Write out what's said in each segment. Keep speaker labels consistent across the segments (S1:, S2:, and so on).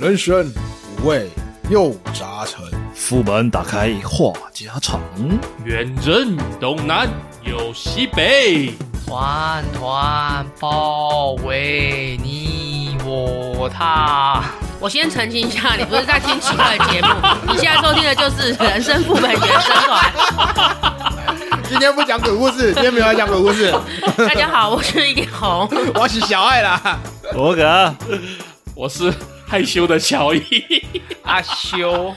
S1: 人生五味又杂陈。
S2: 副本打开话家常，
S3: 远人东南有西北，
S4: 团团包围你我他。
S5: 我先澄清一下，你不是在听奇怪的节目， 你现在收听的就是《人生副本原声 团》。
S1: 今天不讲鬼故 事，今天没有要讲鬼故事，
S5: 大家好，我是一点红。
S1: 我是小爱啦。
S2: 我给啊，
S3: 我是 害羞的小易。
S4: 阿修，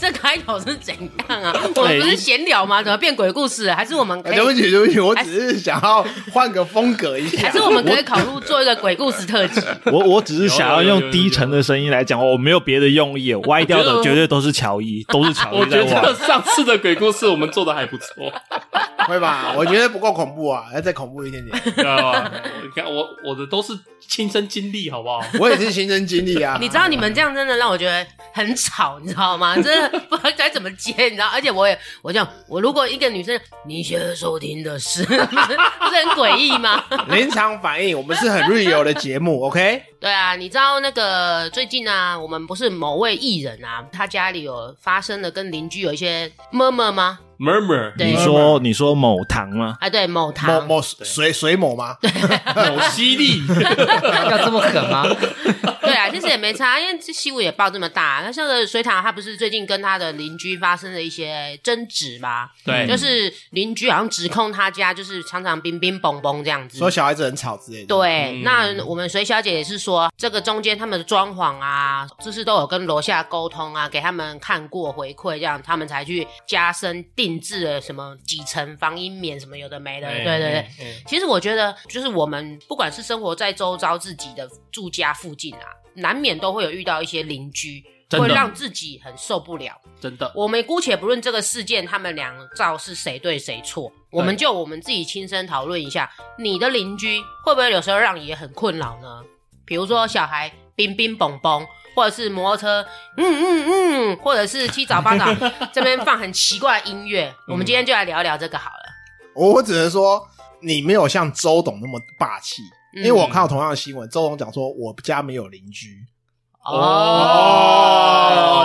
S5: 这开头是怎样啊？我们不是闲聊吗？怎么变鬼故事了？还是我们可
S1: 哎对不
S5: 以？
S1: 起，对不起，我只是想要换个风格一
S5: 哎
S1: 下
S5: 还是。我们可以考虑做一个鬼故事特辑？
S2: 我我只是想要用低沉的声音来讲，我没有别的用意，歪掉的绝对都是乔伊，都是乔
S3: 我
S2: 伊在
S3: 觉得
S2: 玩。
S3: 上次的鬼故事我们做的还不 错，
S1: 会吧？我觉得不够恐怖啊，要再恐怖一点点。
S3: 知道吗？你看我我的都是亲身经历，好不好？
S1: 我也是亲身经历啊。
S5: 你知道你们这样真的让我觉得很吵，你知道吗？ 真的不知道该怎么接，你知道？而且我也，我这样，我如果一个女生，你现在收听的是， 不是很诡异吗？
S1: 临场反应，我们是很 real 的节 目，OK？
S5: 对啊，你知道那个最近啊，我们不是某位艺人啊，他家里有发生了跟邻居有一些么么吗？
S3: murmur
S5: 对
S2: 你说你说某堂吗？
S5: 哎，对，嗯某
S1: 某
S5: 堂
S1: 某水水某吗？
S3: 某犀利，
S4: 要这么狠吗？
S5: 对啊，其实也没差，因为这新闻也报这么大。那像个水塔，他不是最近跟他的邻居发生了一些争执吗？
S3: 对
S5: 就是邻居好像指控他家就是常常冰冰崩崩这样子。
S1: 说小孩子很吵之类的。
S5: 对，
S3: 嗯
S5: 那我们水小姐也是说，这个中间他们的装潢啊，就是都有跟楼下沟通啊，给他们看过回馈，这样他们才去加深定制了什么几层防阴棉什么有的没的，
S3: 哎
S5: 对对对。
S3: 哎哎
S5: 其实我觉得，就是我们不管是生活在周遭自己的住家附近啊，难免都会有遇到一些邻居。
S3: 真的
S5: 会让自己很受不了。
S3: 真的，
S5: 我们姑且不论这个事件，他们两造是谁对谁错，我们就我们自己亲身讨论一下，你的邻居会不会有时候让你也很困扰呢？比如说小孩冰冰蹦蹦，或者是摩托车，嗯嗯嗯，或者是七早八早这边放很奇怪的音乐。我们今天就来聊聊这个好了。
S1: 我我只能说，你没有像周董那么霸气，
S5: 嗯
S1: 因为我看到同样的新闻，周董讲说我家没有邻居。
S5: 哦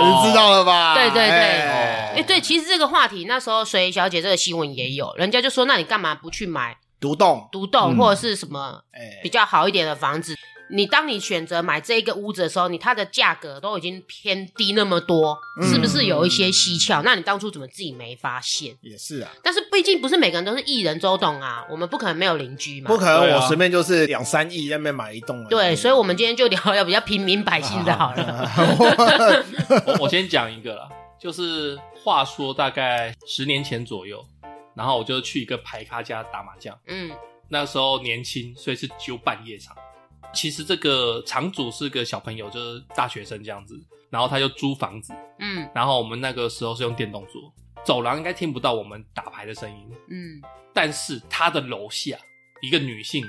S1: 哦你知道了吧？
S5: 对对对
S1: 哎
S5: 哎、对，其实这个话题那时候水小姐这个新闻也有，人家就说，那你干嘛不去买
S1: 独栋，
S5: 独栋
S2: 嗯
S5: 或者是什么
S1: 哎
S5: 比，较好一点的房子？你当你选择买这一个屋子的时候，你它的价格都已经偏低那么多，
S1: 嗯
S5: 是不是有一些蹊跷？那你当初怎么自己没发现？
S1: 也是啊，
S5: 但是毕竟不是每个人都是艺人周董啊，我们不可能没有邻居嘛。
S1: 不可能
S3: 对
S1: 我
S3: 啊
S1: 随便就是两三亿在那边买一栋而已。
S5: 对，所以我们今天就聊聊比较平民百姓的好了。
S1: 啊我
S3: 我我先讲一个啦，就是话说大概十年前左右，然后我就去一个牌咖家打麻将。
S5: 嗯
S3: 那时候年轻，所以是揪半夜场。其实这个场主是个小朋友，就是大学生这样子，然后他就租房子，
S5: 嗯
S3: 然后我们那个时候是用电动桌，走廊应该听不到我们打牌的声音，
S5: 嗯，
S3: 但是他的楼下一个女性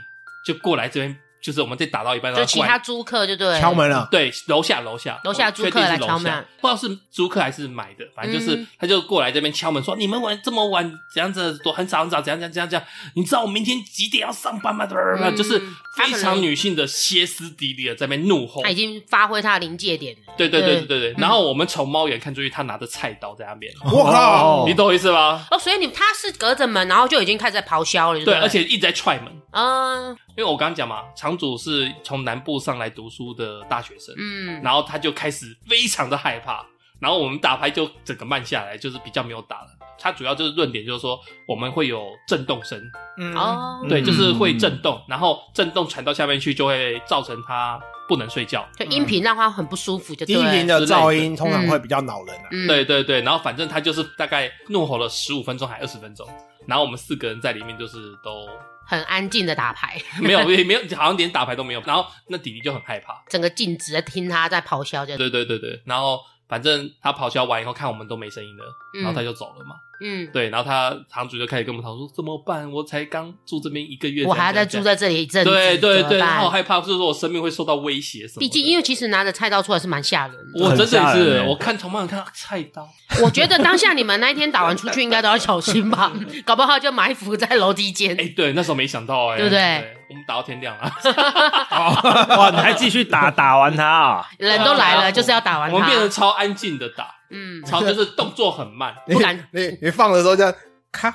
S3: 就过来这边，就是我们在打到一半，然
S5: 就
S3: 后
S5: 其
S3: 过来
S5: 他租客就对了
S1: 啊敲门了，
S3: 对，楼下楼下
S5: 楼下
S3: 我
S5: 租客
S3: 确定是
S5: 来
S3: 楼
S5: 敲
S3: 下
S5: 门
S3: 不知道是租客还是买的，反正就是、
S5: 嗯
S3: 他就过来这边敲门说：“你们玩这么晚，怎样子都很早很早，怎样怎样怎样怎样，你知道我明天几点要上班吗？”
S5: 嗯
S3: 就是
S5: 他
S3: 非
S5: 可能
S3: 常女性的歇斯底里的在那边怒吼
S5: 他。已经发挥他的临界点了。
S3: 对对对
S5: 对
S3: 对
S5: 嗯
S3: 对对，然后我们从猫眼看出去，他拿着菜刀在那边，
S1: 我靠
S2: 哦
S3: 你懂我意思吗？
S5: 哦，所以你他是隔着门，然后就已经开始在咆哮了，
S3: 对，
S5: 不
S3: 而且一直在踹门，
S5: 嗯
S3: 因为我刚刚讲嘛，场主是从南部上来读书的大学生，
S5: 嗯，
S3: 然后他就开始非常的害怕，然后我们打牌就整个慢下来，就是比较没有打了。他主要就是论点就是说我们会有震动声，
S1: 嗯，
S5: 哦，
S3: 对，
S2: 嗯
S3: 就是会震动，然后震动传到下面去就会造成他不能睡觉。
S5: 就音频让他很不舒服，就对
S1: 低
S5: 了
S1: 频的噪嗯音通常会比较恼人啊。
S5: 嗯，
S3: 对对对，然后反正他就是大概怒吼了十五分钟还二十分钟，然后我们四个人在里面就是 都
S5: 很安静的打牌，
S3: 没有也没有，好像连打牌都没有。然后那弟弟就很害怕，
S5: 整个静止的听他在咆哮，就
S3: 对对对对，然后反正他咆哮完以后看我们都没声音了，然后他
S5: 嗯
S3: 就走了嘛。
S5: 嗯，
S3: 对，然后他堂主就开始跟我们讨论说怎么办？我才刚住这边一个月，
S5: 我还要
S3: 怎
S5: 再
S3: 样怎
S5: 住
S3: 样
S5: 在这里一阵子，
S3: 对对
S5: 怎么
S3: 对，
S5: 办
S3: 然后我害怕，就是说我生命会受到威胁什么的。
S5: 毕竟因为其实拿着菜刀出来是蛮吓人的，
S3: 我真的
S2: 很吓
S3: 是
S2: 人，欸
S3: 我看同伴看到菜刀，
S5: 我觉得当下你们那一天打完出 去应该都要小心吧，搞不好就埋伏在楼梯间
S3: 哎，，对，那时候没想到哎，
S5: 对不对？
S3: 我们打到天亮了，
S2: 哇，你还继续打，打完他啊？
S5: 人都来了，就是要打完
S3: 哎我们变成
S5: 他。
S3: 超安静的打，
S5: 嗯，
S3: 超就是动作很 慢，
S5: 不敢
S1: 你你放的时候这样，咔，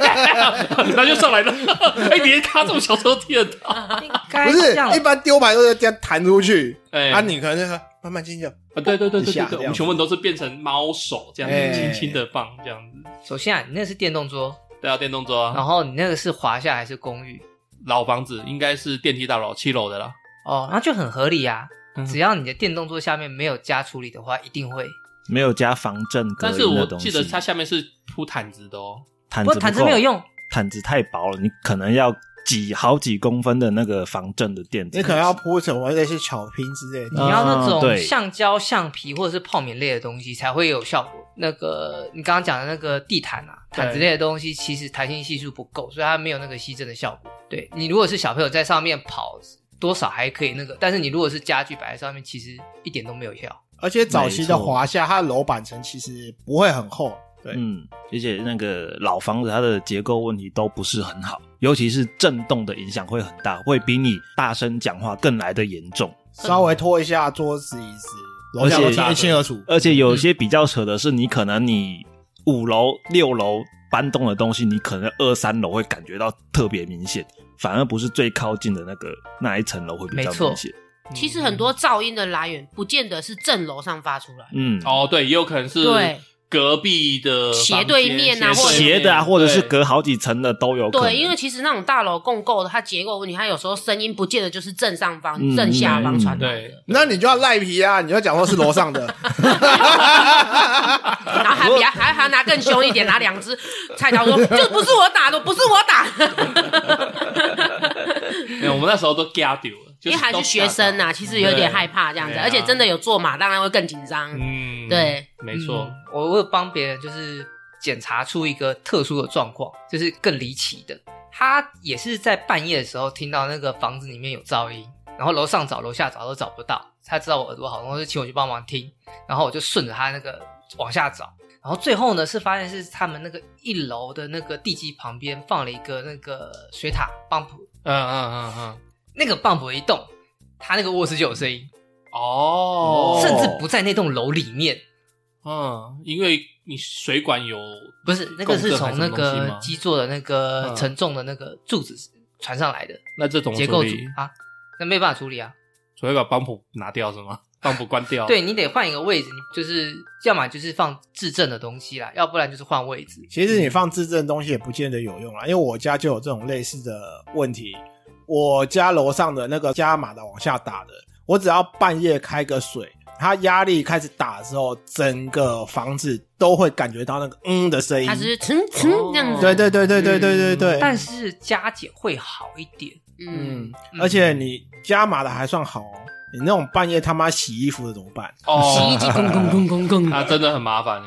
S3: 然后就上来了。哎，连咔这种小偷听得到，
S6: 应该
S1: 不是
S6: 这样
S1: 一般丢牌都是这样弹出去，
S3: 哎，
S1: 啊，你可能就是慢慢进去，
S3: 啊，对对对
S1: 一
S3: 对
S1: 下
S3: 对
S1: 这样
S3: 对，我们全部都是变成猫手这样
S1: 哎
S3: 子，轻轻的放这样子。
S4: 首先啊，你那是电动桌，
S3: 对啊，电动桌啊，
S5: 哦
S4: 然后你那个是华夏还是公寓？
S3: 老房子应该是电梯大楼七楼的啦。
S4: 哦，那就很合理啊
S3: 嗯。
S4: 只要你的电动桌下面没有加处理的话，一定会。
S2: 没有加防震隔
S3: 但
S2: 音
S3: 是我
S2: 的东西
S3: 记得它下面是铺毯子的哦。
S2: 毯
S4: 不
S2: 子够
S4: 过毯子没有，用，
S2: 毯子太薄了，你可能要几好几公分的那个防震的垫子。
S1: 你可能要铺什么那些巧拼之类
S4: 你
S1: 的。
S2: 嗯
S4: 要那种
S2: 对
S4: 橡胶、橡皮或者是泡棉类的东西才会有效果。那个你刚刚讲的那个地毯啊，
S3: 对
S4: 毯子类的东西，其实弹性系数不够，所以它没有那个吸震的效果。对你如果是小朋友在上面跑，多少还可以那个，但是你如果是家具摆在上面，其实一点都没有效。
S1: 而且早期的
S2: 没错
S1: 华夏，它的楼板层其实不会很厚，对，
S2: 嗯，而且那个老房子它的结构问题都不是很好，尤其是震动的影响会很大，会比你大声讲话更来的严重。
S1: 稍微拖一下桌子椅子，楼下
S2: 而且
S1: 都呃听得清而楚。
S2: 而且有些比较扯的是，你可能你五楼、六楼搬动的东西，你可能二三楼会感觉到特别明显，反而不是最靠近的那个那一层楼会比较
S4: 没错
S2: 明显。
S5: 其实很多噪音的来源，不见得是正楼上发出来，
S2: 嗯，
S3: 哦，对，也有可能是
S5: 对
S3: 隔壁的
S5: 斜
S3: 房间
S5: 对面啊或者
S2: 斜的啊，或者是
S3: 对
S2: 隔好几层的都有可能。
S5: 对，因为其实那种大楼共构的，它结构问题，它有时候声音不见得就是正上方、
S2: 嗯
S5: 正下方传来
S3: 对
S5: 的，
S1: 那你就要赖皮啊！你就讲说是楼上的，
S5: 然后还比较还还拿更凶一点，拿两只菜刀说：“就不是我打的，不是我打的。
S3: 没有，我们那时候都嘎丢了，”就
S5: 因为还
S3: 都
S5: 是学生呐、
S3: 吓到
S5: 啊，其实有点害怕这样子，
S3: 对啊
S5: 而且真的有坐马，当然会更紧张。
S3: 嗯，
S5: 对，
S3: 没错
S4: 嗯，我我有帮别人就是检查出一个特殊的状况，就是更离奇的。他也是在半夜的时候听到那个房子里面有噪音，然后楼上找楼下找都找不到，他知道我耳朵好，然后就请我去帮忙听，然后我就顺着他那个往下找，然后最后呢是发现是他们那个一楼的那个地基旁边放了一个那个水塔泵浦，
S3: 嗯嗯嗯嗯，
S4: 那个泵浦一动，他那个卧室就有声音，
S3: 哦，
S4: 甚至不在那栋楼里面。
S3: 嗯，因为你水管有
S4: 不是，那个是
S3: 共振还
S4: 从
S3: 是
S4: 那
S3: 什么东西
S4: 个
S3: 吗
S4: 基座的那个
S3: 嗯
S4: 承重的那个柱子传上来的
S3: 那这种
S4: 结构组
S3: 理，
S4: 啊，那没办法处理啊。
S3: 所以把帮谱拿掉是吗？ 帮谱关掉，
S4: 对你得换一个位置，你就是要么就是放质证的东西啦，要不然就是换位置。
S1: 其实你放自证的东西也不见得有用啦，因为我家就有这种类似的问题。我家楼上的那个加码的往下打的，我只要半夜开个水，它压力开始打的时候，整个房子都会感觉到那个嗯的声音
S5: 它。只是噌
S3: 哦
S5: 噌这样子，
S1: 对对对对对对对对。
S4: 但是加减会好一点，
S5: 嗯，
S1: 嗯，而且你加码的还算好哦，你那种半夜他妈洗衣服的怎么办？
S5: 洗衣
S3: 哦，
S5: 机咣咣咣咣 咣，
S3: 那真的很麻烦哎，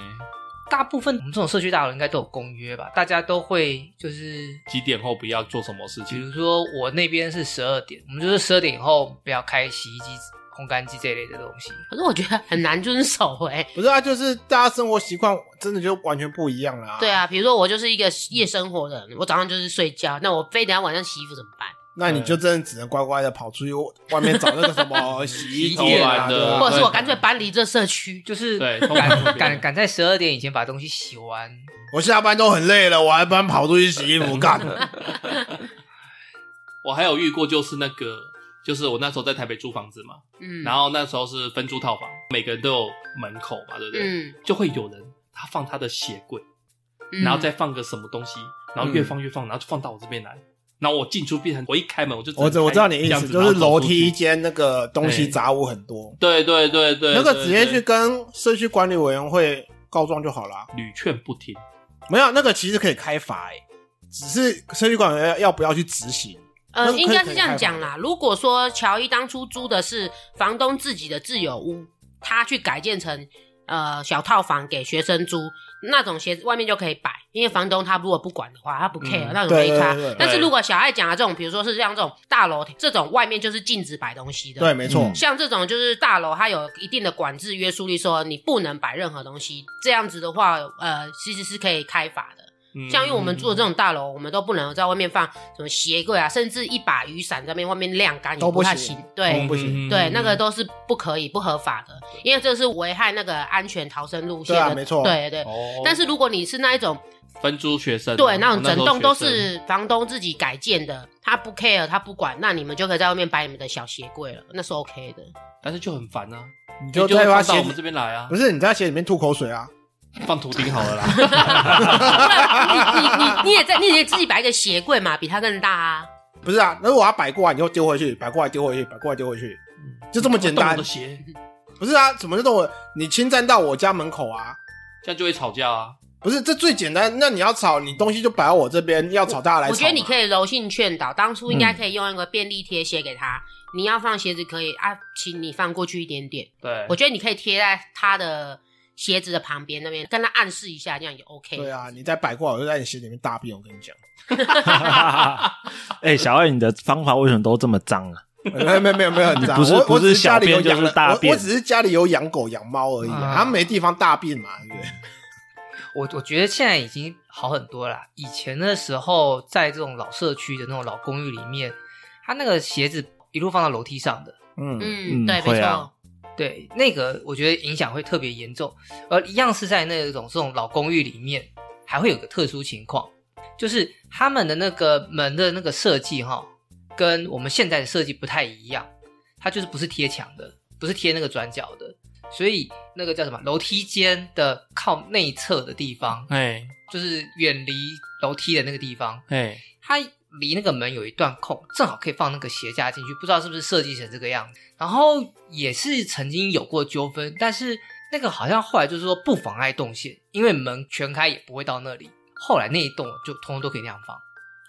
S4: 大部分我们这种社区大楼应该都有公约吧，大家都会就是。
S3: 几点后不要做什么事
S4: 比
S3: 情？
S4: 如说我那边是十二点，我们就是十二点以后不要开洗衣机、烘干机这一类的东西。
S5: 可是我觉得很难遵守哎、
S1: 不是啊，就是大家生活习惯真的就完全不一样啦。
S5: 对，啊，比如说我就是一个夜生活的人，我早上就是睡觉，那我非得要晚上洗衣服怎么办？
S1: 那你就真的只能乖乖的跑出去外面找那个什 么洗衣
S3: 洗
S1: 店
S3: 衣
S1: 啊，
S3: 店的
S1: 对啊
S5: 或者是我干脆搬离这社区，
S4: 就是
S3: 对通常都
S4: 赶
S3: 是
S4: 赶赶在十二点以前把东西洗完，
S1: 我下班都很累了，我还班跑出去洗衣服 干。
S3: 我还有遇过，就是那个，就是我那时候在台北租房子嘛，
S5: 嗯，
S3: 然后那时候是分租套房，每个人都有门口嘛，对不对？
S5: 嗯，
S3: 就会有人他放他的鞋柜，
S5: 嗯
S3: 然后再放个什么东西，然后越放越放，然后就放到我这边来，然后我进出变成我一开门我就
S1: 我知我知道你意
S3: 这样
S1: 思，
S3: 子
S1: 就是楼梯，
S3: 然后走出去
S1: 间那个东西杂物很多，
S3: 对对对对，
S1: 那个
S3: 对
S1: 直接
S3: 对
S1: 去跟社区管理委员会告状就好啦。
S3: 屡劝不听，
S1: 没有，那个其实可以开罚、欸，只是社区管理委员会要不要去执行？那
S5: 呃，
S1: 可以
S5: 应该是这样讲啦。如果说乔伊当初租的是房东自己的自有屋，他去改建成呃小套房给学生租，那种鞋子外面就可以摆，因为房东他如果不管的话，他不 care，、
S3: 嗯
S5: 那种
S1: 对
S5: 没差。
S1: 对对对
S5: 但是如果小爱讲的这种，比如说是像这种大楼，这种外面就是禁止摆东西的，
S1: 对，没错。
S2: 嗯
S5: 像这种就是大楼，它有一定的管制约束力，说你不能摆任何东西。这样子的话，呃，其实是可以开罚的。
S3: 嗯
S5: 像因为我们住的这种大楼，我们都不能在外面放什么鞋柜啊，甚至一把雨伞在面外面晾干
S1: 都
S5: 也
S1: 不
S5: 不太
S1: 行
S5: 行。对，
S1: 嗯不行
S5: 对，那个都是不可以、不合法的，因为这是危害那个安全逃生路线
S1: 对
S5: 的。
S1: 啊没错
S5: 对对。
S3: 哦
S5: 但是如果你是那一种
S3: 分租学生啊，
S5: 对那
S3: 我
S5: 种整
S3: 时候
S5: 栋都
S3: 学生
S5: 是房东自己改建的，他不 care，他不管，那你们就可以在外面摆你们的小鞋柜了，那是 OK 的。
S3: 但是就很烦啊，
S1: 你
S3: 就
S1: 就在他
S3: 放到
S1: 鞋
S3: 我们这边来啊
S1: 不，是你在鞋里面吐口水啊？
S3: 放图钉好了啦。
S5: 不然啊你你你你也在，你也自己摆一个鞋柜嘛，比他更大啊。
S1: 不是啊，那如果他摆过来，你就丢回去，摆过来丢回去，摆过来丢回去，嗯就这么简
S3: 动我
S1: 单
S3: 的。鞋，
S1: 不是啊，什么叫做我你侵占到我家门口啊？
S3: 这样就会吵架啊。
S1: 不是，这最简单。那你要吵，你东西就摆到我这边，要吵大家来吵啊
S5: 我
S1: 嘛。
S5: 觉得你可以柔性劝导，当初应该可以用一个便利贴写给他，你要放鞋子可以啊，请你放过去一点点。
S3: 对，
S5: 我觉得你可以贴在他的鞋子的旁边那边，跟他暗示一下，这样也 OK。
S1: 对啊，你再摆过来，我就在你鞋里面大便。我跟你讲，
S2: 哎、小爱，你的方法为什么都这么脏啊？
S1: 没有没有没有没有很脏，
S2: 不是
S1: 我我
S2: 不是
S1: 只是家里有
S2: 小便
S1: 养
S2: 就是大
S1: 了我
S2: 便
S1: 我只是家里有养狗养猫而已啊，
S4: 啊
S1: 他们没地方大便嘛，对不对？
S4: 我我觉得现在已经好很多啦。以前的时候，在这种老社区的那种老公寓里面，他那个鞋子一路放到楼梯上的，
S1: 嗯，
S5: 嗯，
S2: 嗯
S5: 对，没
S2: 会
S5: 错。
S2: 啊
S4: 对，那个我觉得影响会特别严重。而一样是在那种这种老公寓里面，还会有个特殊情况，就是他们的那个门的那个设计哈，跟我们现在的设计不太一样，它就是不是贴墙的，不是贴那个转角的，所以那个叫什么楼梯间的靠内侧的地方，
S3: 哎
S4: 就是远离楼梯的那个地方，
S3: 哎，
S4: 它离那个门有一段空，正好可以放那个鞋架进去，不知道是不是设计成这个样子。然后也是曾经有过纠纷，但是那个好像后来就是说不妨碍动线，因为门全开也不会到那里。后来那一栋就通通都可以那样放。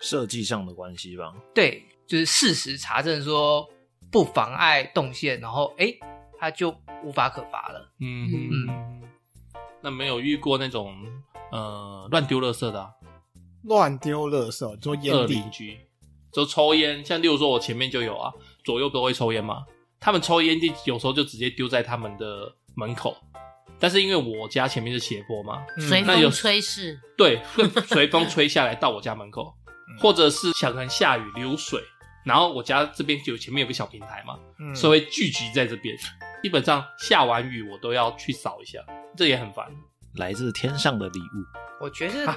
S2: 设计上的关系吧。
S4: 对，就是事实查证说不妨碍动线，然后诶，它就无法可罚了。
S3: 嗯嗯，那没有遇过那种呃乱丢垃圾的啊
S1: 乱丢垃圾，做
S3: 恶
S1: 烟蒂
S3: 邻居，就抽烟，像例如说我前面就有啊，左右都会抽烟嘛，他们抽烟蒂有时候就直接丢在他们的门口，但是因为我家前面是斜坡嘛，
S1: 嗯
S5: 随
S3: 那有
S5: 风吹逝，
S3: 对， 会随风吹下来到我家门口，
S1: 嗯
S3: 或者是想可能下雨流水，然后我家这边有前面有个小平台嘛，
S1: 嗯
S3: 所以会聚集在这边，基本上下完雨我都要去扫一下，这也很烦，
S2: 来自天上的礼物，
S4: 我觉得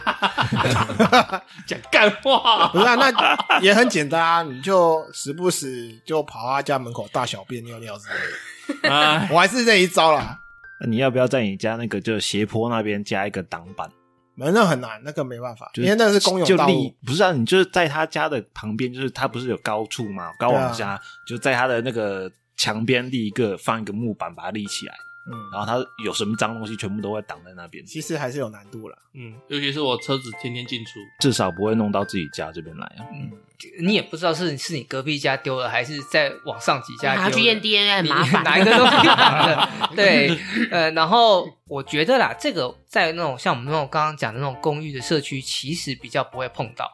S3: 讲干话
S1: 不，是啊，那也很简单啊，你就时不时就跑到他家门口大小便、尿尿之类的。
S3: 哎，
S1: 我还是这一招啦，
S2: 那你要不要在你家那个就斜坡那边加一个挡板？
S1: 没那很难，那个没办法，
S2: 就
S1: 因
S2: 是
S1: 为那是公有
S2: 就
S1: 道
S2: 立
S1: 路。
S2: 不是啊，你就是在他家的旁边，就是他不是有高处
S1: 啊
S2: 嘛，高往下，就在他的那个墙边立一个放一个木板把它立起来，
S1: 嗯，
S2: 然后他有什么脏东西全部都会挡在那边，
S1: 其实还是有难度啦。
S3: 嗯，尤其是我车子天天进出。
S2: 至少不会弄到自己家这边来啊。
S1: 嗯
S4: 你也不知道是是你隔壁家丢了，还是在往上几家丢
S5: 还要
S4: 的
S5: 去验 DNA 很
S4: 你
S5: 麻 烦。
S4: 哪一个都可以拿 的。对，呃，然后我觉得啦，这个在那种像我们那种刚刚讲的那种公寓的社区，其实比较不会碰到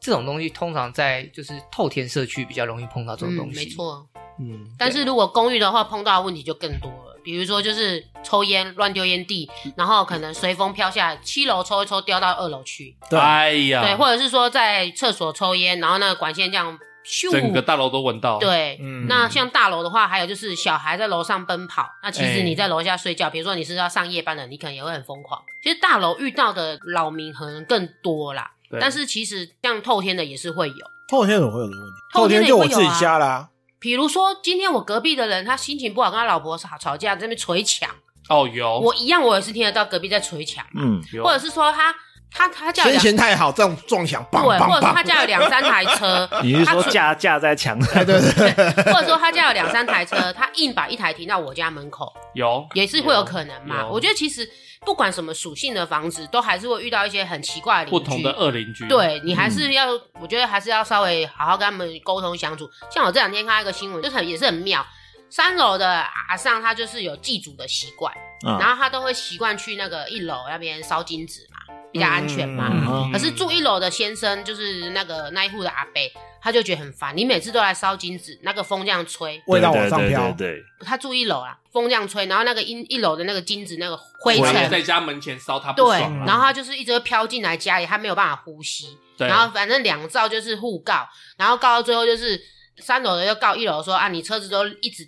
S4: 这种东西。通常在就是透天社区比较容易碰到这种
S5: 嗯
S4: 东，西。
S5: 没，错。
S3: 嗯，
S5: 但是如果公寓的话，碰到的问题就更多了。比如说，就是抽烟乱丢烟蒂，然后可能随风飘下来，七楼抽一抽掉到二楼去，
S1: 对啊
S2: 啊
S3: 哎呀，
S5: 对，或者是说在厕所抽烟，然后那个管线这样咻，
S3: 整个大楼都闻到。，
S5: 对，
S1: 嗯，
S5: 那像大楼的话，还有就是小孩在楼上奔跑，那其
S3: 哎
S5: 实你在楼下睡觉，比如说你是要上夜班的，你可能也会很疯狂。其实大楼遇到的扰民可能更多啦，
S3: 对
S5: 但是其实像透天的也是会有。
S1: 后天怎么会有这个问题？
S5: 后
S1: 后
S5: 天
S1: 天
S5: 的
S1: 就
S5: 也
S1: 我
S5: 会有
S1: 自己
S5: 啊
S1: 家啦，
S5: 比如说今天我隔壁的人他心情不好，跟他老婆吵吵架，在那边捶墙，
S3: 哦有，
S5: 我一样我也是听得到隔壁在捶墙，
S2: 嗯，
S3: 有
S5: 或者是说他他他家有
S1: 先
S5: 两
S1: 前太好，这种撞墙，棒
S5: 对，或
S1: 棒
S5: 者是他
S1: 棒。
S5: 家有两三台 车，
S2: 你是说
S5: 他
S2: 架架在墙上？
S1: 哎，对对对，
S5: 或者说他家有两三台车，他硬把一台停到我家门口，
S3: 有
S5: 也是会有可能嘛。
S3: 有
S5: 我觉得其实不管什么属性的房子，都还是会遇到一些很奇怪的邻
S3: 不
S5: 居。
S3: 同的恶嗯邻居。，
S5: 对你还是要，我觉得还是要稍微好好跟他们沟通相处。像我这两天看到一个新闻，就是很也是很妙，三楼的阿上他就是有祭祖的习惯，
S3: 嗯
S2: 啊
S5: 然后他都会习惯去那个一楼那边烧金纸嘛，比较安全嘛。
S2: 嗯
S3: 嗯
S5: 可是住一楼的先生就是那个那一户的阿伯，他就觉得很烦，你每次都来烧金纸，那个风这样吹，
S1: 味道往上飘
S2: 对对，对
S5: 他住一楼啊，风这样吹，然后那个一一楼的那个金纸那个灰
S3: 我
S5: 尘，
S3: 在家门前烧，他不
S5: 对，
S3: 爽
S5: 然
S3: 啊。
S5: 后他就是一直会飘进来家里，他没有办法呼吸。
S3: 对
S5: 然后反正两造就是互告，然后告到最后就是三楼的又告一楼说啊，你车子都一直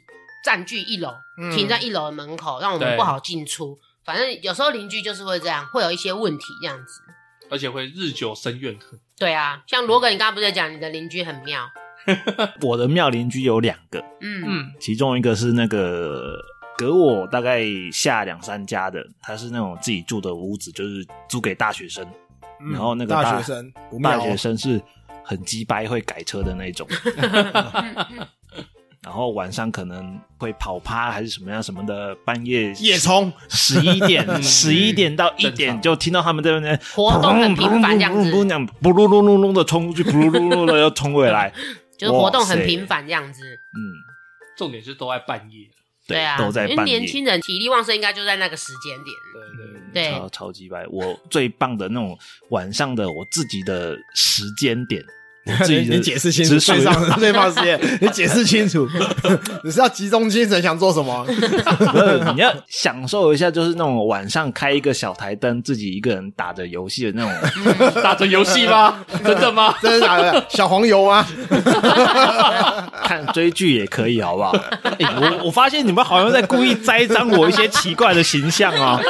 S5: 占据一楼，
S1: 嗯
S5: 停在一楼的门口，让我们
S3: 对
S5: 不好进出。反正有时候邻居就是会这样，会有一些问题这样子。
S3: 而且会日久生怨恨。
S5: 对啊，像罗哥，你刚刚不是在讲你的邻居很妙？
S2: 我的庙邻居有两个，
S5: 嗯
S4: 嗯，
S2: 其中一个是那个隔我大概下两三家的，他是那种自己住的屋子，就是租给大学生，
S1: 嗯
S2: 然后那个
S1: 大学生不妙
S2: 大
S1: 哦
S2: 学生是很鸡掰会改车的那种，然后晚上可能会跑趴还是什么样什么的，半夜
S1: 夜冲，
S2: 十一点
S3: 嗯
S2: 十一点到一
S3: 正
S2: 点
S3: 常
S2: 就听到他们在那边
S5: 活动很频繁这样子
S2: 不讲不噜噜噜噜的冲出去，不噜噜噜的又冲回来，
S5: 就是活动很
S2: 哇塞
S5: 频繁这样子。
S2: 嗯，
S3: 重点是都在半夜。
S5: 对啊，
S2: 都在
S5: 因为
S2: 半夜
S5: 年轻人体力旺盛，应该就在那个时间点。
S3: 对对
S5: 对
S2: 超超级白。我最棒的那种晚上的我自己的时间点，我自己
S1: 你
S2: 的
S1: 你解释清楚，
S2: 直属
S1: 最
S2: 于
S1: 上 最棒实验，你解释清楚，你是要集中精神想做什 么？
S2: 不是你要享受一下，就是那种晚上开一个小台灯，自己一个人打着游戏的那种。
S3: 对，打着游戏 吗？真的吗？
S1: 真的假的？小黄油吗？
S2: 看追剧也可以，好 不好？欸我我发现你们好像在故意栽赃我一些奇怪的形象啊，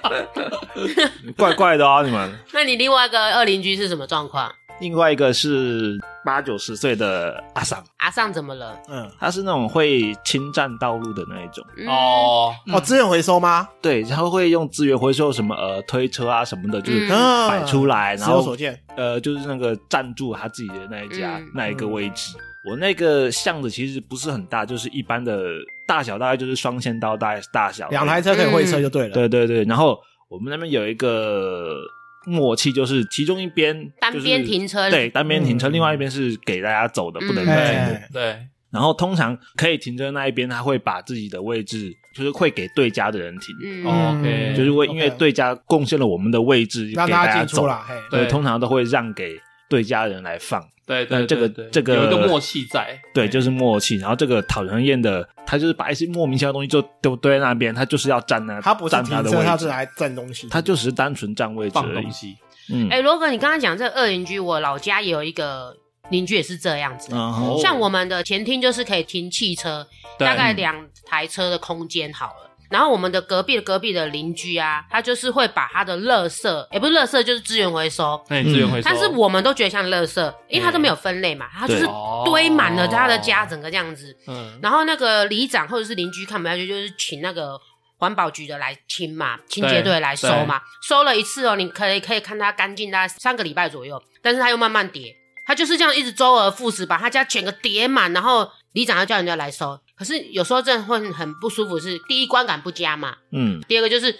S2: 怪怪的啊，你们。
S5: 那你另外一个二邻居是什么状况？
S2: 另外一个是八九十岁的阿桑，
S5: 阿尚怎么了？
S1: 嗯，
S2: 他是那种会侵占道路的那一种，
S5: 嗯，
S3: 哦，
S1: 哦，资源回收吗？
S2: 对，他会用资源回收什么呃推车啊什么的，就是
S5: 嗯
S1: 啊
S2: 摆出来，然
S1: 时有所
S2: 后
S1: 见，
S2: 呃就是那个占住他自己的那一家、
S5: 嗯
S2: 那一个位置。我那个巷子其实不是很大，就是一般的大小，大概就是双线道大概大小而已
S1: 两台车
S5: 嗯
S1: 可以会车就对了。
S2: 对对对，然后我们那边有一个默契，就是其中一边、
S5: 单
S2: 就是
S5: 边停车
S2: 对，单边停车，
S1: 嗯
S2: 另外一边是给大家走的，不能停
S5: 嗯
S2: 的。
S1: 哎，
S3: 对，
S2: 然后通常可以停车的那一边，他会把自己的位置，就是会给对家的人停，
S5: 嗯
S3: 哦 OK
S2: 就是会因为
S1: OK
S2: 对家贡献了我们的位置，给
S1: 让他
S2: 大家
S1: 进出
S2: 走
S1: 啦。嘿，
S2: 对，
S3: 对
S2: 通常都会让给对家人来放。
S3: 对对
S2: 那这个
S3: 对对
S2: 这个
S3: 有一个默契在，哎
S2: 对，就是默契。然后这个讨人厌的，他就是把一些莫名其妙的东西就丢堆在那边，他就是要占那，
S1: 他不是
S2: 占
S1: 停
S2: 他的
S1: 车，他
S2: 位
S1: 是
S2: 置，
S1: 来占东西。
S2: 他就只是单纯占位置
S3: 放
S2: 而已
S3: 东。西。
S2: 嗯，
S5: 哎，罗哥，你刚刚讲这个二邻居，我老家也有一个邻居也是这样子。
S2: 嗯
S3: 哦
S2: 哼，
S5: 像我们的前厅就是可以停汽车，
S3: 对
S5: 大概两台车的空间好了。然后我们的隔壁的隔壁的邻居啊，他就是会把他的垃圾，哎也不是垃圾，就是资源回收。
S3: 那你资源
S2: 嗯
S3: 回收，
S5: 但是我们都觉得像垃圾，因为他都没有分类嘛，他就是
S3: 哦
S5: 堆满了他的家，整个这样子。
S3: 嗯，
S5: 然后那个里长或者是邻居看不下去，就是请那个环保局的来清嘛，清洁队来收嘛。收了一次哦，你可以可以看它干净大概三个礼拜左右，但是它又慢慢叠，它就是这样一直周而复始，把他家整个叠满，然后里长要叫人家来收。可是有时候真的会很不舒服是，第一观感不佳嘛，
S2: 嗯，
S5: 第二个就是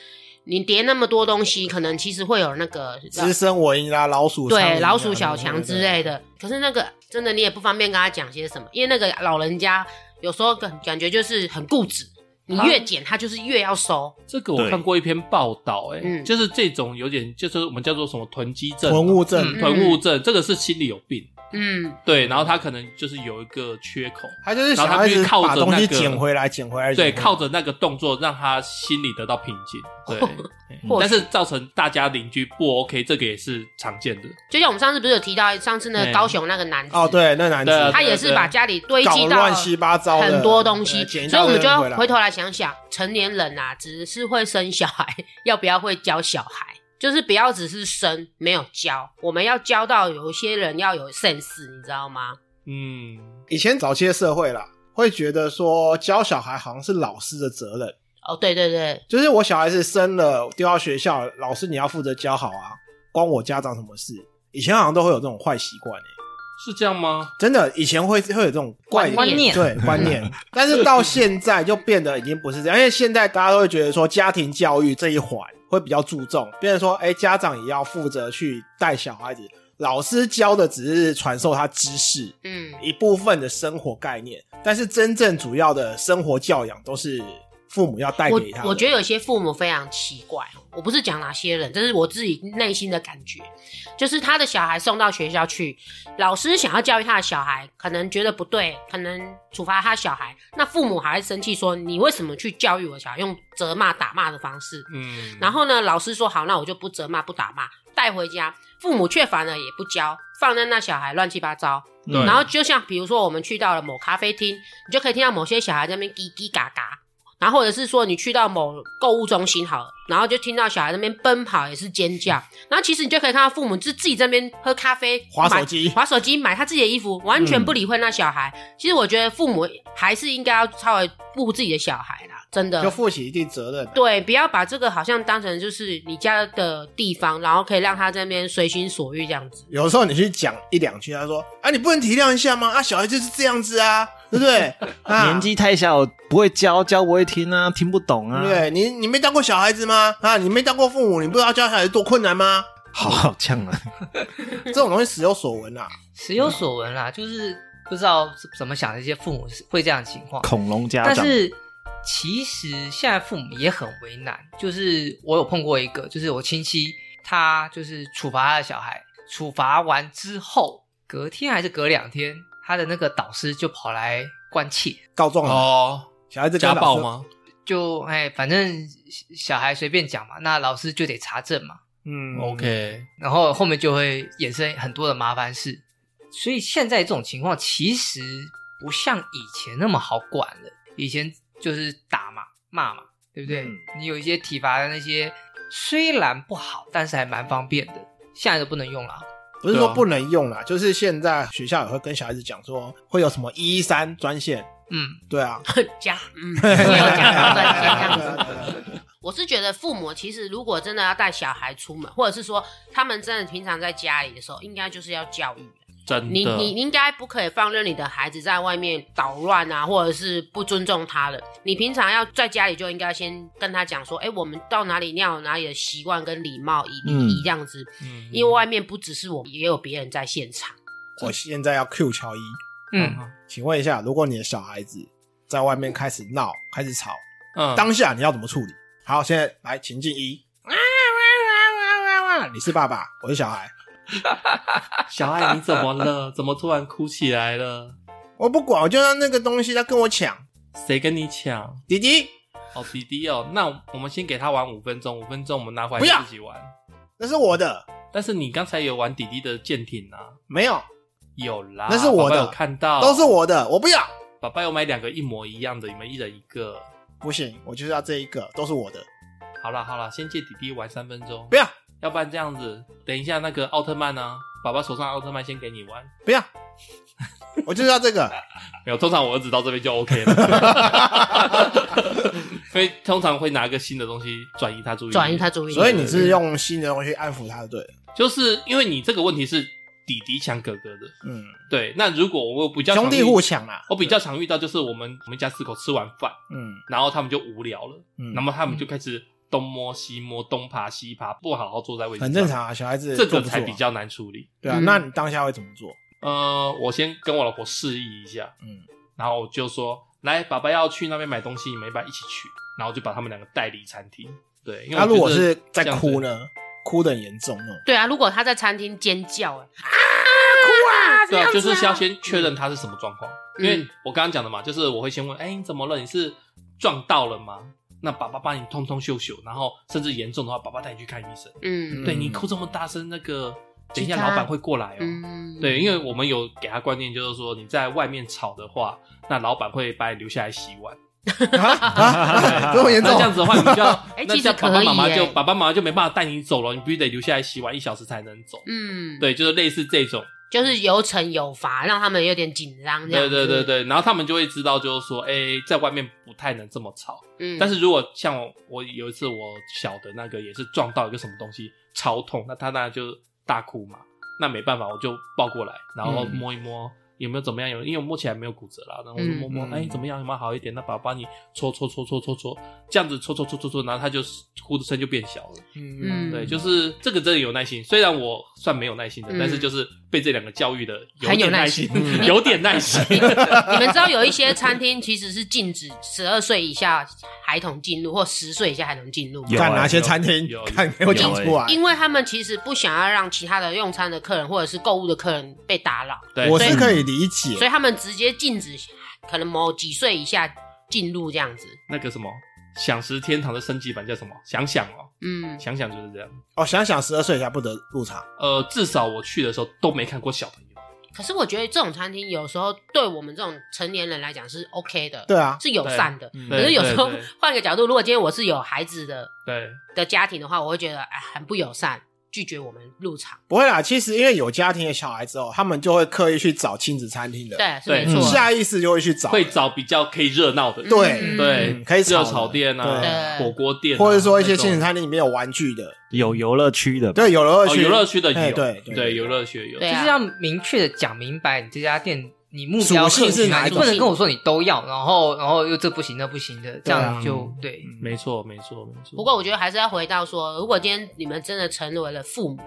S5: 你叠那么多东西，可能其实会有那个
S1: 滋生蚊蝇啦，老鼠苍蝇啊
S5: 对老鼠小强之类的。可是那个真的你也不方便跟他讲些什么，因为那个老人家有时候感感觉就是很固执，你
S1: 啊
S5: 越捡他就是越要收。
S3: 这个我看过一篇报道，哎，
S5: 嗯
S3: 就是这种有点，就是我们叫做什么囤积
S2: 啊
S3: 症、啊
S1: 囤物症，
S5: 嗯
S3: 囤物症，这个是心理有病，
S5: 嗯，
S3: 对，然后他可能就是有一个缺口，
S1: 他就是想要一直把东西捡回来，捡回来，捡
S3: 对，
S1: 回来
S3: 靠着那个动作让他心里得到平静，对，嗯
S5: 哦或
S3: 但
S5: 许
S3: 是造成大家邻居不 OK，这个也是常见的，
S5: 就像我们上次不是有提到上次那个
S3: 嗯
S5: 高雄那个男子，
S1: 哦，，对，那男
S3: 对啊
S1: 子
S5: 他也是把家里堆
S1: 搞
S5: 积到
S1: 乱七八糟的
S5: 很多东西，
S1: 对捡一
S5: 所
S1: 大
S5: 以我
S1: 堆
S5: 们就要
S1: 回来
S5: 回头来想想，成年人啊，只是会生小孩，要不要会教小孩？就是不要只是生没有教，我们要教到有一些人要有 sense，你知道吗？
S3: 嗯，
S1: 以前早期的社会啦，会觉得说教小孩好像是老师的责任，
S5: 哦，对对对，
S1: 就是我小孩子生了丢到学校，老师你要负责教好啊，关我家长什么事？以前好像都会有这种坏习惯诶，欸
S3: 是这样吗？
S1: 真的，以前会会有这种怪
S5: 观
S4: 念
S1: 对观念，但是到现在就变得已经不是这样，因为现在大家都会觉得说家庭教育这一环会比较注重，变成说，哎、家长也要负责去带小孩子，老师教的只是传授他知识
S5: 嗯，
S1: 一部分的生活概念，但是真正主要的生活教养都是父母要带
S5: 我
S1: 给他
S5: 我觉
S1: 得
S5: 得有些父母非常奇怪，哦我不是讲哪些人，这是我自己内心的感觉，就是他的小孩送到学校去，老师想要教育他的小孩，可能觉得不对，可能处罚他小孩，那父母还会生气说你为什么去教育我小孩，用责骂打骂的方式，
S3: 嗯，
S5: 然后呢，老师说好，那我就不责骂不打骂，带回家，父母却反而也不教，放任那小孩乱七八糟，
S2: 对
S5: 然后就像比如说，我们去到了某咖啡厅，你就可以听到某些小孩在那边叽叽嘎嘎，然后或者是说你去到某购物中心好了，然后就听到小孩在那边奔跑也是尖叫，然后其实你就可以看到父母是自己在那边喝咖啡、
S1: 划
S5: 买
S1: 手机
S5: 划手机买他自己的衣服，完全
S2: 嗯
S5: 不理会那小孩。其实我觉得父母还是应该要稍微顾自己的小孩啦，真的。
S1: 就负起一定责任啊。
S5: 对，不要把这个好像当成就是你家的地方，然后可以让他在那边随心所欲这样子。
S1: 有时候你去讲一两句，他说：“啊，你不能体谅一下吗？啊，小孩就是这样子啊，对不对？ 啊，
S2: 年纪太小，不会教，教不会听啊，听不懂
S1: 对
S2: 啊
S3: 嗯
S1: 不。对？你你没当过小孩子吗？啊，你没当过父母，你不知道教小孩子多困难 吗？
S2: 好好呛啊！
S1: 这种东西时有所闻啊。
S4: 时有所闻啦，就是不知道怎么想，这些父母是会这样的情况。
S2: 恐龙家
S4: 但
S2: 长，
S4: 是其实现在父母也很为难，就是我有碰过一个，就是我亲戚，他就是处罚他的小孩，处罚完之后，隔天还是隔两天，他的那个导师就跑来关切，
S1: 告状啊，
S3: 哦，
S1: 小孩子跟
S3: 家
S1: 老
S3: 暴
S1: 师？
S3: 吗？
S4: 就哎，反正小孩随便讲嘛，那老师就得查证嘛，
S1: 嗯
S3: 哦 OK，
S4: 然后后面就会衍生很多的麻烦事。所以现在这种情况其实不像以前那么好管了，以前就是打嘛、骂嘛，对不对？
S2: 嗯
S4: 你有一些体罚的那些，虽然不好，但是还蛮方便的，现在都不能用了。啊
S1: 不是说不能用
S3: 啊
S1: 啦，就是现在学校也会跟小孩子讲说，会有什么一一三专线，
S4: 嗯，
S1: 对 啊，
S5: 家，嗯，没有家长在家这样子。
S1: 对啊
S5: 我是觉得父母其实如果真的要带小孩出门，或者是说他们真的平常在家里的时候，应该就是要教育。啊
S3: 真的，
S5: 你你你应该不可以放任你的孩子在外面捣乱啊，或者是不尊重他人。你平常要在家里就应该先跟他讲说，哎、我们到哪里尿哪里的习惯跟礼貌一
S2: 嗯
S5: 一这样子，
S3: 嗯
S5: 因为外面不只是我，也有别人在现场。
S1: 我现在要 Q 乔伊，
S4: 嗯，
S1: 请问一下，如果你的小孩子在外面开始闹、开始吵，
S3: 嗯
S1: 当下你要怎么处理？好，现在来情境一，啊你是爸爸，我是小孩，
S3: 小爱你怎么了？ 怎么突然哭起来了？
S1: 我不管，我就让那个东西他跟我抢，
S3: 谁跟你抢？
S1: 弟弟，
S3: 哦，弟弟哦，那我们先给他玩五分钟，五分钟我们拿回
S1: 不要
S3: 来自己玩。
S1: 那是我的，
S3: 但是你刚才有玩弟弟的舰艇啊？
S1: 没有，
S3: 有啦，
S1: 那是我的
S3: 爸爸有看到
S1: 都是。我的，我不要，
S3: 爸爸有买两个一模一样的，你们一人一个。
S1: 不行，我就是要这一个，都是我的，
S3: 好啦好啦，先借弟弟玩三分钟
S1: 不，要，
S3: 要不然这样子，等一下那个奥特曼呢、啊，爸爸手上的奥特曼先给你玩。
S1: 不要， 我就是要这 个，
S3: 没有，通常我儿子到这边就 OK 了，因为通常会拿一个新的东西转移他注意力，
S5: 转移他注意力。
S1: 所以你是用新的东西安抚他的，对了，
S3: 就是因为你这个问题是弟弟抢哥哥的，
S1: 嗯，
S3: 对。那如果我比较常
S1: 兄弟
S3: 遇
S1: 互，抢啦，
S3: 我比较常遇到就是我们我们一家四口吃完饭，
S1: 嗯
S3: 然后他们就无聊了，
S1: 嗯，
S3: 那么他们就开始东摸西摸，东爬西爬，不好好坐在位置上，
S1: 很正常。啊，小孩子
S3: 这
S1: 坐不
S3: 个
S1: 住啊
S3: 才比较难处理。
S1: 对啊，
S5: 嗯
S1: 那你当下会怎么做？
S3: 呃，我先跟我老婆示意一下，
S1: 嗯，
S3: 然后我就说：“来，爸爸要去那边买东西，你们要不要一起去？”然后就把他们两个带离餐厅。对，因为
S1: 那啊如果
S3: 觉得
S1: 是在
S3: 这样子
S1: 哭，呢？哭的严重那 种，
S5: 对啊，如果他在餐厅尖叫、哎
S3: 对
S5: 啊，哭啊，
S3: 啊，
S5: 这样
S3: 就
S5: 子啊
S3: 是要先确认他是什么状况，
S5: 嗯
S3: 因为我刚刚讲的嘛，就是我会先问：“哎，你怎么了？你是撞到了吗？”那爸爸帮你通通秀秀，然后甚至严重的话，爸爸带你去看医生。
S5: 嗯
S3: 对你哭这么大声，那个等一下
S5: 其他
S3: 老板会过来哦。
S5: 嗯，
S3: 对，因为我们有给他观念，就是说你在外面吵的话，那老板会把你留下来洗碗。
S1: 啊啊， 这么严重
S3: 那这？样子的话，你 就要，
S5: 哎
S3: 那
S5: 其
S3: 这样
S5: 实
S3: 爸
S5: 可
S3: 爸
S5: 以
S3: 妈妈就
S5: 耶
S3: 爸爸妈妈就没办法带你走了，你必须得留下来洗碗一小时才能走。
S5: 嗯，
S3: 对，就是类似这种，
S5: 就是有惩有罚，让他们有点紧张这样
S3: 对
S5: 子。
S3: 对对对，然后他们就会知道，就是说，哎、在外面不太能这么吵。
S5: 嗯，
S3: 但是如果像我，我有一次我小的那个也是撞到一个什么东西，超痛，那他当然就大哭嘛，那没办法，我就抱过来，然后
S1: 嗯
S3: 摸一摸。有没有怎么样？有因为我摸起来没有骨折啦，然后我就摸摸，
S1: 嗯嗯
S3: 哎、怎么样？有没有好一点？那爸爸你搓搓搓搓搓搓，这样子搓搓搓搓搓，然后它就呼的声就变小了。
S1: 嗯，
S3: 对，就是这个真的有耐心。虽然我算没有耐心的，
S5: 嗯
S3: 但是就是被这两个教育的有
S5: 很有
S3: 点耐
S5: 耐
S3: 心
S5: 心，
S3: 嗯有点耐心。
S5: 你们知道有一些餐厅其实是禁止十二岁以下孩童进入，或十岁以下孩童进入吗
S2: 有
S1: 看
S2: 啊
S1: 哪些
S3: 有
S1: 餐厅
S3: 有，
S1: 看给我讲
S2: 有
S1: 出来。
S5: 因为他们其实不想要让其他的用餐的客人或者是购物的客人被打扰，
S3: 对，
S1: 我
S3: 所以
S1: 是可以理解
S5: 所，以他们直接禁止可能某几岁以下进入这样子。
S3: 那个什么享食天堂的升级版叫什么？想想哦，
S5: 嗯，
S3: 想想就是这样。
S1: 哦，想想十二岁以下不得入场，
S3: 呃，至少我去的时候都没看过小朋友。
S5: 可是我觉得这种餐厅有时候对我们这种成年人来讲是 OK 的，
S1: 对啊，
S5: 是友善的。
S2: 嗯
S5: 可是有时候
S3: 对对对
S5: 换个角度，如果今天我是有孩子的
S3: 对，
S5: 的家庭的话，我会觉得哎很不友善，拒绝我们入场。
S1: 不会啦。其实因为有家庭的小孩之后，他们就会刻意去找亲子餐厅的，
S5: 对，是
S3: 对啊
S5: 没
S2: 嗯
S5: 错的。
S1: 下意识就会去找，
S3: 会找比较可以热闹的，
S1: 对
S3: 对，
S1: 嗯可以
S3: 热
S1: 炒的
S3: 炒店啊，
S5: 对
S3: 火锅店啊，
S1: 或者说一些亲子
S3: 那种
S1: 餐厅里面有玩具的，
S2: 有游乐区的，，
S1: 对，有乐
S3: 哦，
S1: 趣，
S3: 游乐区的
S1: 哎
S3: 有，
S1: 对对
S3: 对，游乐区有，
S5: 对啊
S4: 就是要明确的讲明白你这家店你目
S1: 属
S4: 标
S1: 性
S4: 客群
S1: 是哪一
S4: 你
S1: 种
S4: 不能跟我说你都要，然后然后又这不行那不行的，
S1: 啊
S4: 这
S1: 嗯
S4: 样就对。
S3: 没错，没错，没错。
S5: 不过我觉得还是要回到说，如果今天你们真的成为了父母，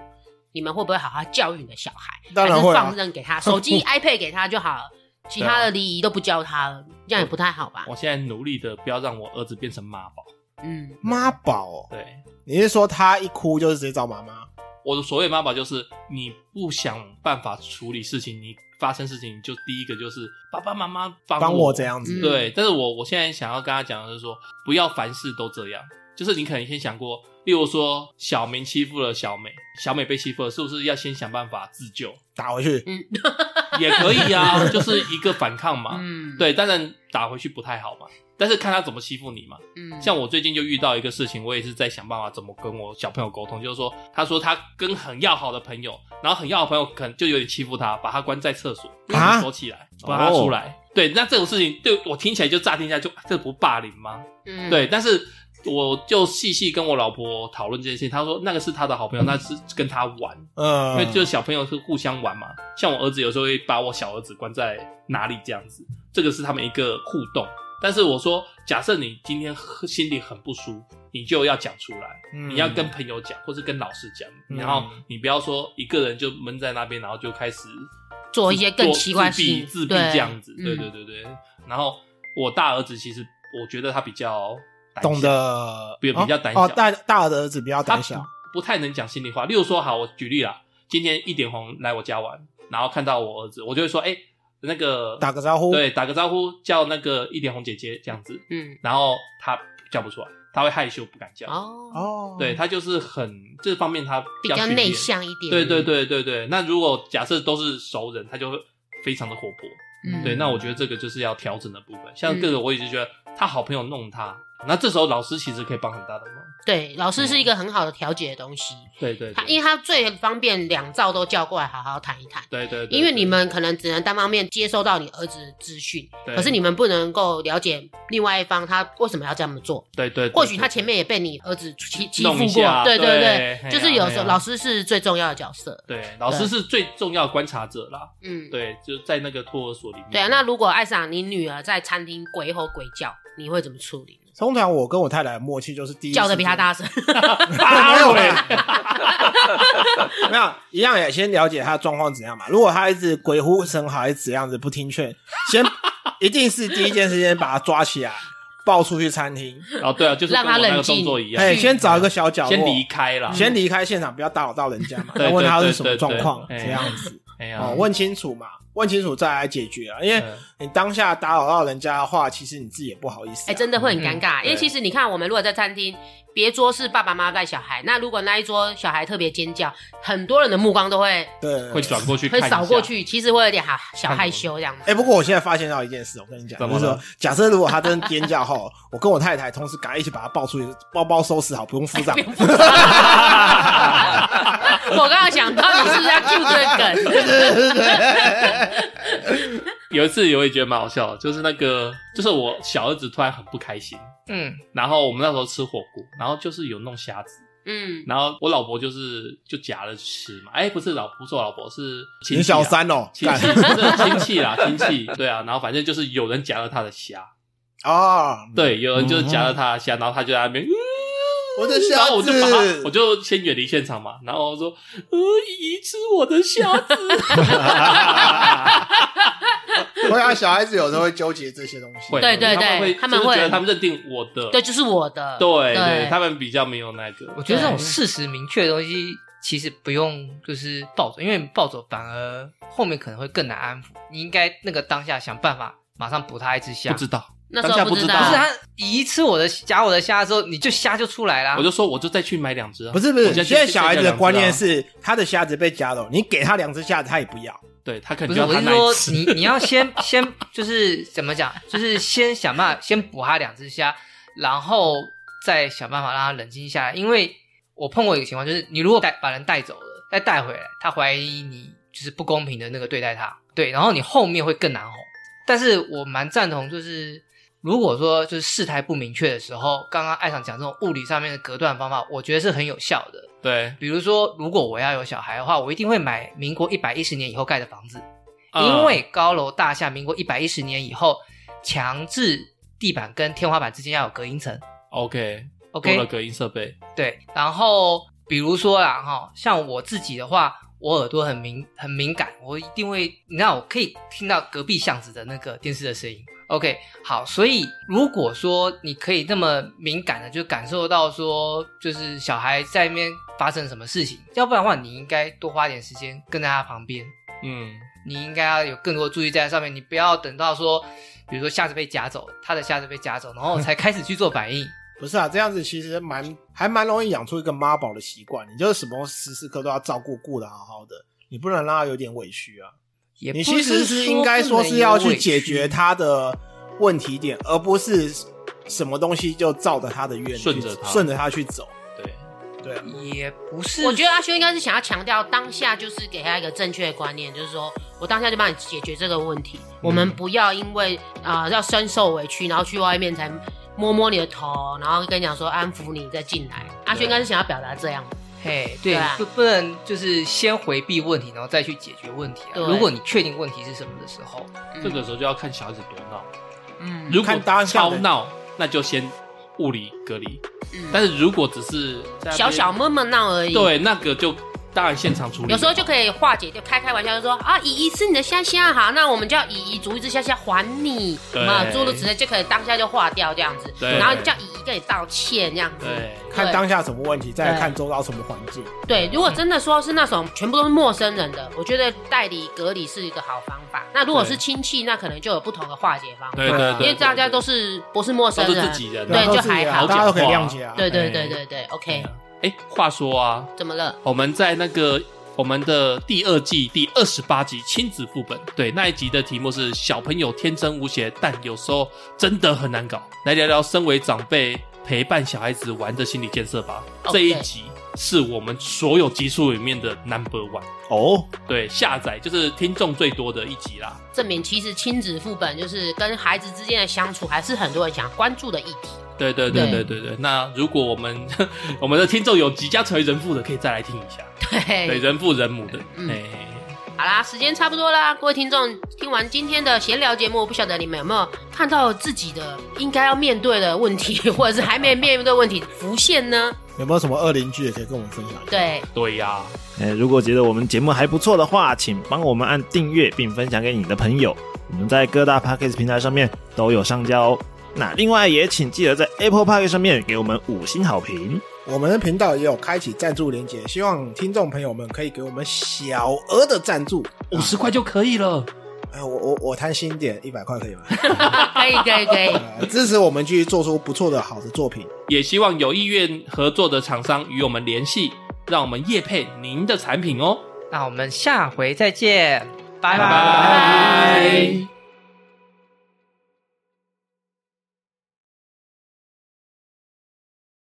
S5: 你们会不会好好教育你的小孩？
S1: 当然
S5: 还是
S1: 会啊
S5: 放任给他，手机、iPad 给他就好了，其他的礼仪都不教他了，这样也不太好 吧？
S3: 我现在努力的不要让我儿子变成妈宝。
S5: 嗯，
S1: 妈宝哦，
S3: 对，
S1: 你是说他一哭就是直接找妈妈？
S3: 我的所谓妈宝就是你不想办法处理事情，你发生事情你就第一个就是爸爸妈妈帮
S1: 帮
S3: 我
S1: 我这。样子，
S5: 嗯
S3: 对，但是我我现在想要跟他讲的是说，不要凡事都这样。就是你可能先想过，例如说小明欺负了小美，小美被欺负了，是不是要先想办法自救？
S1: 打回去，
S3: 也可以 啊，就是一个反抗嘛。
S5: 嗯，
S3: 啊对，当然打回去不太好嘛，但是看他怎么欺负你嘛。
S5: 嗯，
S3: 像我最近就遇到一个事情，我也是在想办法怎么跟我小朋友沟通，就是说，他说他跟很要好的朋友，然后很要好的朋友可能就有点欺负他，把他关在厕所，把他锁起来，不让他出来。对，那这种事情对我听起来就乍听起来就啊这不霸凌吗？
S5: 嗯
S3: 对，，但是我就细细跟我老婆讨论这件事情，她说那个是她的好朋友，那是跟他玩，因
S1: 嗯，
S3: 为就是小朋友是互相玩嘛。像我儿子有时候会把我小儿子关在哪里这样子，这个是他们一个互动。但是我说，假设你今天很心里很不舒服，你就要讲出来，
S1: 嗯
S3: 你要跟朋友讲，或是跟老师讲，
S1: 嗯
S3: 然后你不要说一个人就闷在那边，然后就开始
S5: 做一些更
S3: 做
S5: 奇怪的
S3: 自
S5: 事
S3: 闭
S5: 情，
S3: 自闭
S5: 对
S3: 这样子。对
S5: 嗯
S3: 对对对。然后我大儿子其实我觉得他比较胆小
S1: 懂得
S3: 比比较胆小
S1: 哦，大大的儿子比较
S3: 他
S1: 胆小，
S3: 不太能讲心里话。例如说，好，我举例啦，今天一点红来我家玩，然后看到我儿子，我就会说，哎、那个
S1: 打个招呼，
S3: 对，打个招呼，叫那个一点红姐姐这样子，
S5: 嗯，
S3: 然后他叫不出来，他会害羞不敢叫，
S5: 哦，
S1: 哦，
S3: 对他就是很这方面他
S5: 比
S3: 要
S5: 较
S3: 训练
S5: 内，向一点，
S3: 对对，对对对。那如果假设都是熟人，他就会非常的活泼，
S5: 嗯
S3: 对，那我觉得这个就是要调整的部分。像这个，我一直觉得他好朋友弄他，那这时候老师其实可以帮很大的忙。
S5: 对，老师是一个很好的调节的东西，
S3: 对对
S5: 他
S3: 对，
S5: 因为他最方便两兆都叫过来好好谈一谈。
S3: 对对对，
S5: 因为你们可能只能单方面接收到你儿子的资讯，
S3: 对
S5: 可是你们不能够了解另外一方他为什么要这么做。
S3: 对对，对
S5: 或许他
S3: 对
S5: 前面也被你儿子欺欺
S3: 弄一
S5: 负
S3: 下
S5: 过，对
S3: 对
S5: 对
S3: 嘿，呀啊
S5: 就是有时
S3: 嘿呀
S5: 候老师是最重要的角色，
S3: 对老师是最重要的观察者啦。
S5: 嗯，
S3: 对，就在那个托儿所里面。
S5: 对啊。那如果爱上你女儿在餐厅鬼吼鬼叫，你会怎么处理呢？
S1: 通常我跟我太太的默契就是第一
S5: 叫的比他
S1: 时间
S5: 大声，
S1: 没有啦
S3: 对
S1: 没有，一样也先了解他的状况怎样嘛。如果他一直鬼呼神嚎，一直这样子不听劝，先一定是第一件事先把他抓起来，抱出去餐厅，
S3: 哦， 对啊，就是
S5: 让
S3: 跟我
S5: 他
S3: 那个
S5: 冷静
S3: 动作一样
S1: 哎，，先找一个小角落，
S3: 先离开啦。
S1: 先离开现场，不要打扰到人家嘛。
S3: 对
S1: 再问他
S3: 对
S1: 是什
S3: 对
S1: 么
S3: 对
S1: 状况，
S3: 对
S1: 这样子
S3: 哎呀
S1: 哦，，问清楚嘛，问清楚再来解决啊。因为
S3: 嗯
S1: 你当下打扰到人家的话，其实你自己也不好意思啊。
S5: 哎，真的会很尴尬。
S3: 嗯
S5: 因为其实你看，我们如果在餐厅，别桌是爸爸妈妈带小孩，那如果那一桌小孩特别尖叫，很多人的目光都会
S1: 对，
S3: 会转过去看
S5: 会
S3: 一下
S5: 扫过。去，其实会有点哈小害羞这样子
S1: 哎、。不过我现在发现到一件事，我跟你讲，
S3: 怎
S1: 就
S3: 么
S1: 是
S3: 了
S1: 说，假设如果他真的尖叫后，我跟我太太同时赶快一起把他抱出去，包包收拾好， 不用付账。
S5: 我刚刚想到你是不是要 Q 这个梗？
S3: 有一次我也觉得蛮好笑的，就是那个，就是我小儿子突然很不开心，
S4: 嗯，
S3: 然后我们那时候吃火锅，然后就是有弄虾子，
S5: 嗯，
S3: 然后我老婆就是就夹了吃嘛，哎，不是老不是我老婆是亲戚啊
S1: 你小三 哦，
S3: 亲
S1: 干
S3: 戚，不是亲戚啦，亲戚对啊，然后反正就是有人夹了他的虾，
S1: 啊，，
S3: 对，有人就是夹了他的虾，然后他就在那边，嗯
S1: 我的
S3: 然后
S1: 小
S3: 我就把他，我
S1: 子，
S3: 就先远离现场嘛，然后我说，呃，姨吃我的虾子，
S1: 我想啊小孩子有时候会纠结这些东西，
S3: 会
S5: 对对对
S3: 会
S5: 他们
S3: 就是觉得
S5: 会
S3: 他们认定我的，
S5: 对，就是我的，
S3: 对
S5: 对
S3: 对，他们比较没有那个，
S4: 我觉得这种
S5: 对
S4: 事实明确的东西，其实不用就是暴走，因为暴走反而后面可能会更难安抚。你应该那个当下想办法马上补他一只虾，
S3: 不
S4: 不
S3: 知
S4: 是
S3: 道，
S5: 那时
S3: 当下
S5: 候
S3: 不知
S5: 不知
S3: 道不是
S5: 道，
S4: 他一吃我的夹我的虾之后，你就虾就出来啦。
S3: 我就说我就再去买两只啊，
S1: 不是不是
S3: 我，就
S1: 现在小孩子的观念，，
S3: 就是
S1: 他的虾子被夹了，你给他两只虾子，他也不要。
S3: 啊对他可
S4: 不
S3: 能
S4: 是，
S3: 就要他
S4: 我是
S3: 那一
S4: 说
S3: 次
S4: 你你要先先就是怎么讲，就是先想办法先补他两只虾，然后再想办法让他冷静下来。因为我碰过一个情况，就是你如果带把人带走了，再带回来，他怀疑你就是不公平的那个对待他，对，然后你后面会更难哄。但是我蛮赞同，就是如果说就是事态不明确的时候，刚刚艾想讲这种物理上面的隔断方法，我觉得是很有效的。
S3: 对，
S4: 比如说，如果我要有小孩的话，我一定会买民国一百一十年以后盖的房子。
S3: 嗯
S4: 因为高楼大厦，民国一百一十年以后，强制地板跟天花板之间要有隔音层。
S3: OK 多了
S4: OK，
S3: 隔音设备，
S4: 对。然后比如说啦，哈，像我自己的话，我耳朵很敏很敏感，我一定会，你知道，我可以听到隔壁巷子的那个电视的声音。OK，好，所以如果说你可以那么敏感的就感受到说，就是小孩在那边发生什么事情，要不然的话，你应该多花点时间跟在他旁边。
S3: 嗯，
S4: 你应该要有更多注意在上面，你不要等到说，比如说下子被夹走，他的下子被夹走，然后才开始去做 反应。
S1: 不是啊，这样子其实蛮还蛮容易养出一个妈宝的习惯，你就是什么时时刻都要照顾顾的好好的，你不能让他有点委屈啊。
S4: 也不
S1: 你其实
S4: 是
S1: 是应该说是要
S4: 不能
S1: 去
S4: 有委屈
S1: 解决他的问题点，而不是什么东西就照着他的愿去
S3: 顺着他
S1: 顺着他去走。
S3: 对，
S1: 对，
S4: 也不是，
S5: 我觉得阿修应该是想要强调当下，就是给他一个正确的观念，就是说我当下就帮你解决这个问题，我们不要因为啊、呃要深受委屈，然后去外面才摸摸你的头，然后跟你讲说安抚你再进来。阿修应该是想要表达这样，
S4: 嘿，对，
S5: 对啊
S4: 不不能就是先回避问题，然后再去解决问题、啊。
S5: 对
S4: 如果你确定问题是什么的时候，
S3: 这个时候就要看小孩子多闹，
S5: 嗯
S3: 如果
S1: 看当下
S3: 超
S1: 的
S3: 闹，那就先物理隔离，
S5: 嗯
S3: 但是如果只是在那边
S5: 小小闷闷闹而已。。
S3: 对那个就当然现场处理，
S5: 有时候就可以化解，就开开玩笑，就说啊，姨姨吃你的虾虾，好，那我们叫姨姨煮一只虾虾还你，
S3: 对
S5: 嘛，诸如此类，就可以当下就化掉这样子，
S3: 对
S5: 然后叫姨姨跟你道歉这样子。
S3: 对，
S1: 看当下什么问题，再来
S5: 对
S1: 看周遭什么环境。
S3: 嗯
S5: 对，如果真的说是那种全部都是陌生人的，我觉得代理隔离是一个好方法。那如果是亲戚，那可能就有不同的化解方法，
S3: 对对对，
S5: 因
S3: 对
S5: 为大家都
S3: 对
S5: 是不是陌生
S3: 都是
S5: 人
S3: 自。己人啊，
S5: 对
S1: 然后
S5: 就是
S1: 也
S5: 还好
S1: 大家都可以
S3: 好讲话
S1: 谅解啊。
S5: 对对
S3: 哎
S5: 对对对，OK，
S3: 哎，话说啊，
S5: 怎么了？
S3: 我们在那个我们的第二季第二十八集亲子副本，对那一集的题目是小朋友天真无邪，但有时候真的很难搞。来聊聊身为长辈陪伴小孩子玩的心理建设吧。
S5: OK
S3: 这一集是我们所有集数里面的 number one，
S2: 哦，
S3: 对下载就是听众最多的一集啦。
S5: 证明其实亲子副本就是跟孩子之间的相处，还是很多人想关注的议题。
S3: 对对对对
S5: 对
S3: 对对，那如果我们 我们的听众有即将成为人父的，可以再来听一下，对
S5: 对，
S3: 人父人母的，
S5: 哎嗯
S3: 哎、
S5: 好啦，时间差不多啦，各位听众，听完今天的闲聊节目，不晓得你们有没有看到自己的应该要面对的问题， 或者是还没面对的问题浮现呢？
S1: 有没有什么恶邻居也可以跟我们分享一下？
S5: 对，
S3: 对呀、
S2: 哎，如果觉得我们节目还不错的话，请帮我们按订阅并分享给你的朋友。我们在各大 podcast 平台上面都有上架哦。那另外也请记得在 Apple Podcast 上面给我们五星好评。
S1: 我们的频道也有开启赞助连接，希望听众朋友们可以给我们小额的赞助。
S3: 五十块就可以了。
S1: 哎，我我我贪心一点，一百块可以吗？
S5: 可以可以可以，
S1: 呃支持我们去做出不错的好的作品。
S3: 也希望有意愿合作的厂商与我们联系，让我们业配您的产品哦。
S4: 那我们下回再见，
S3: 拜拜
S4: 拜
S5: 拜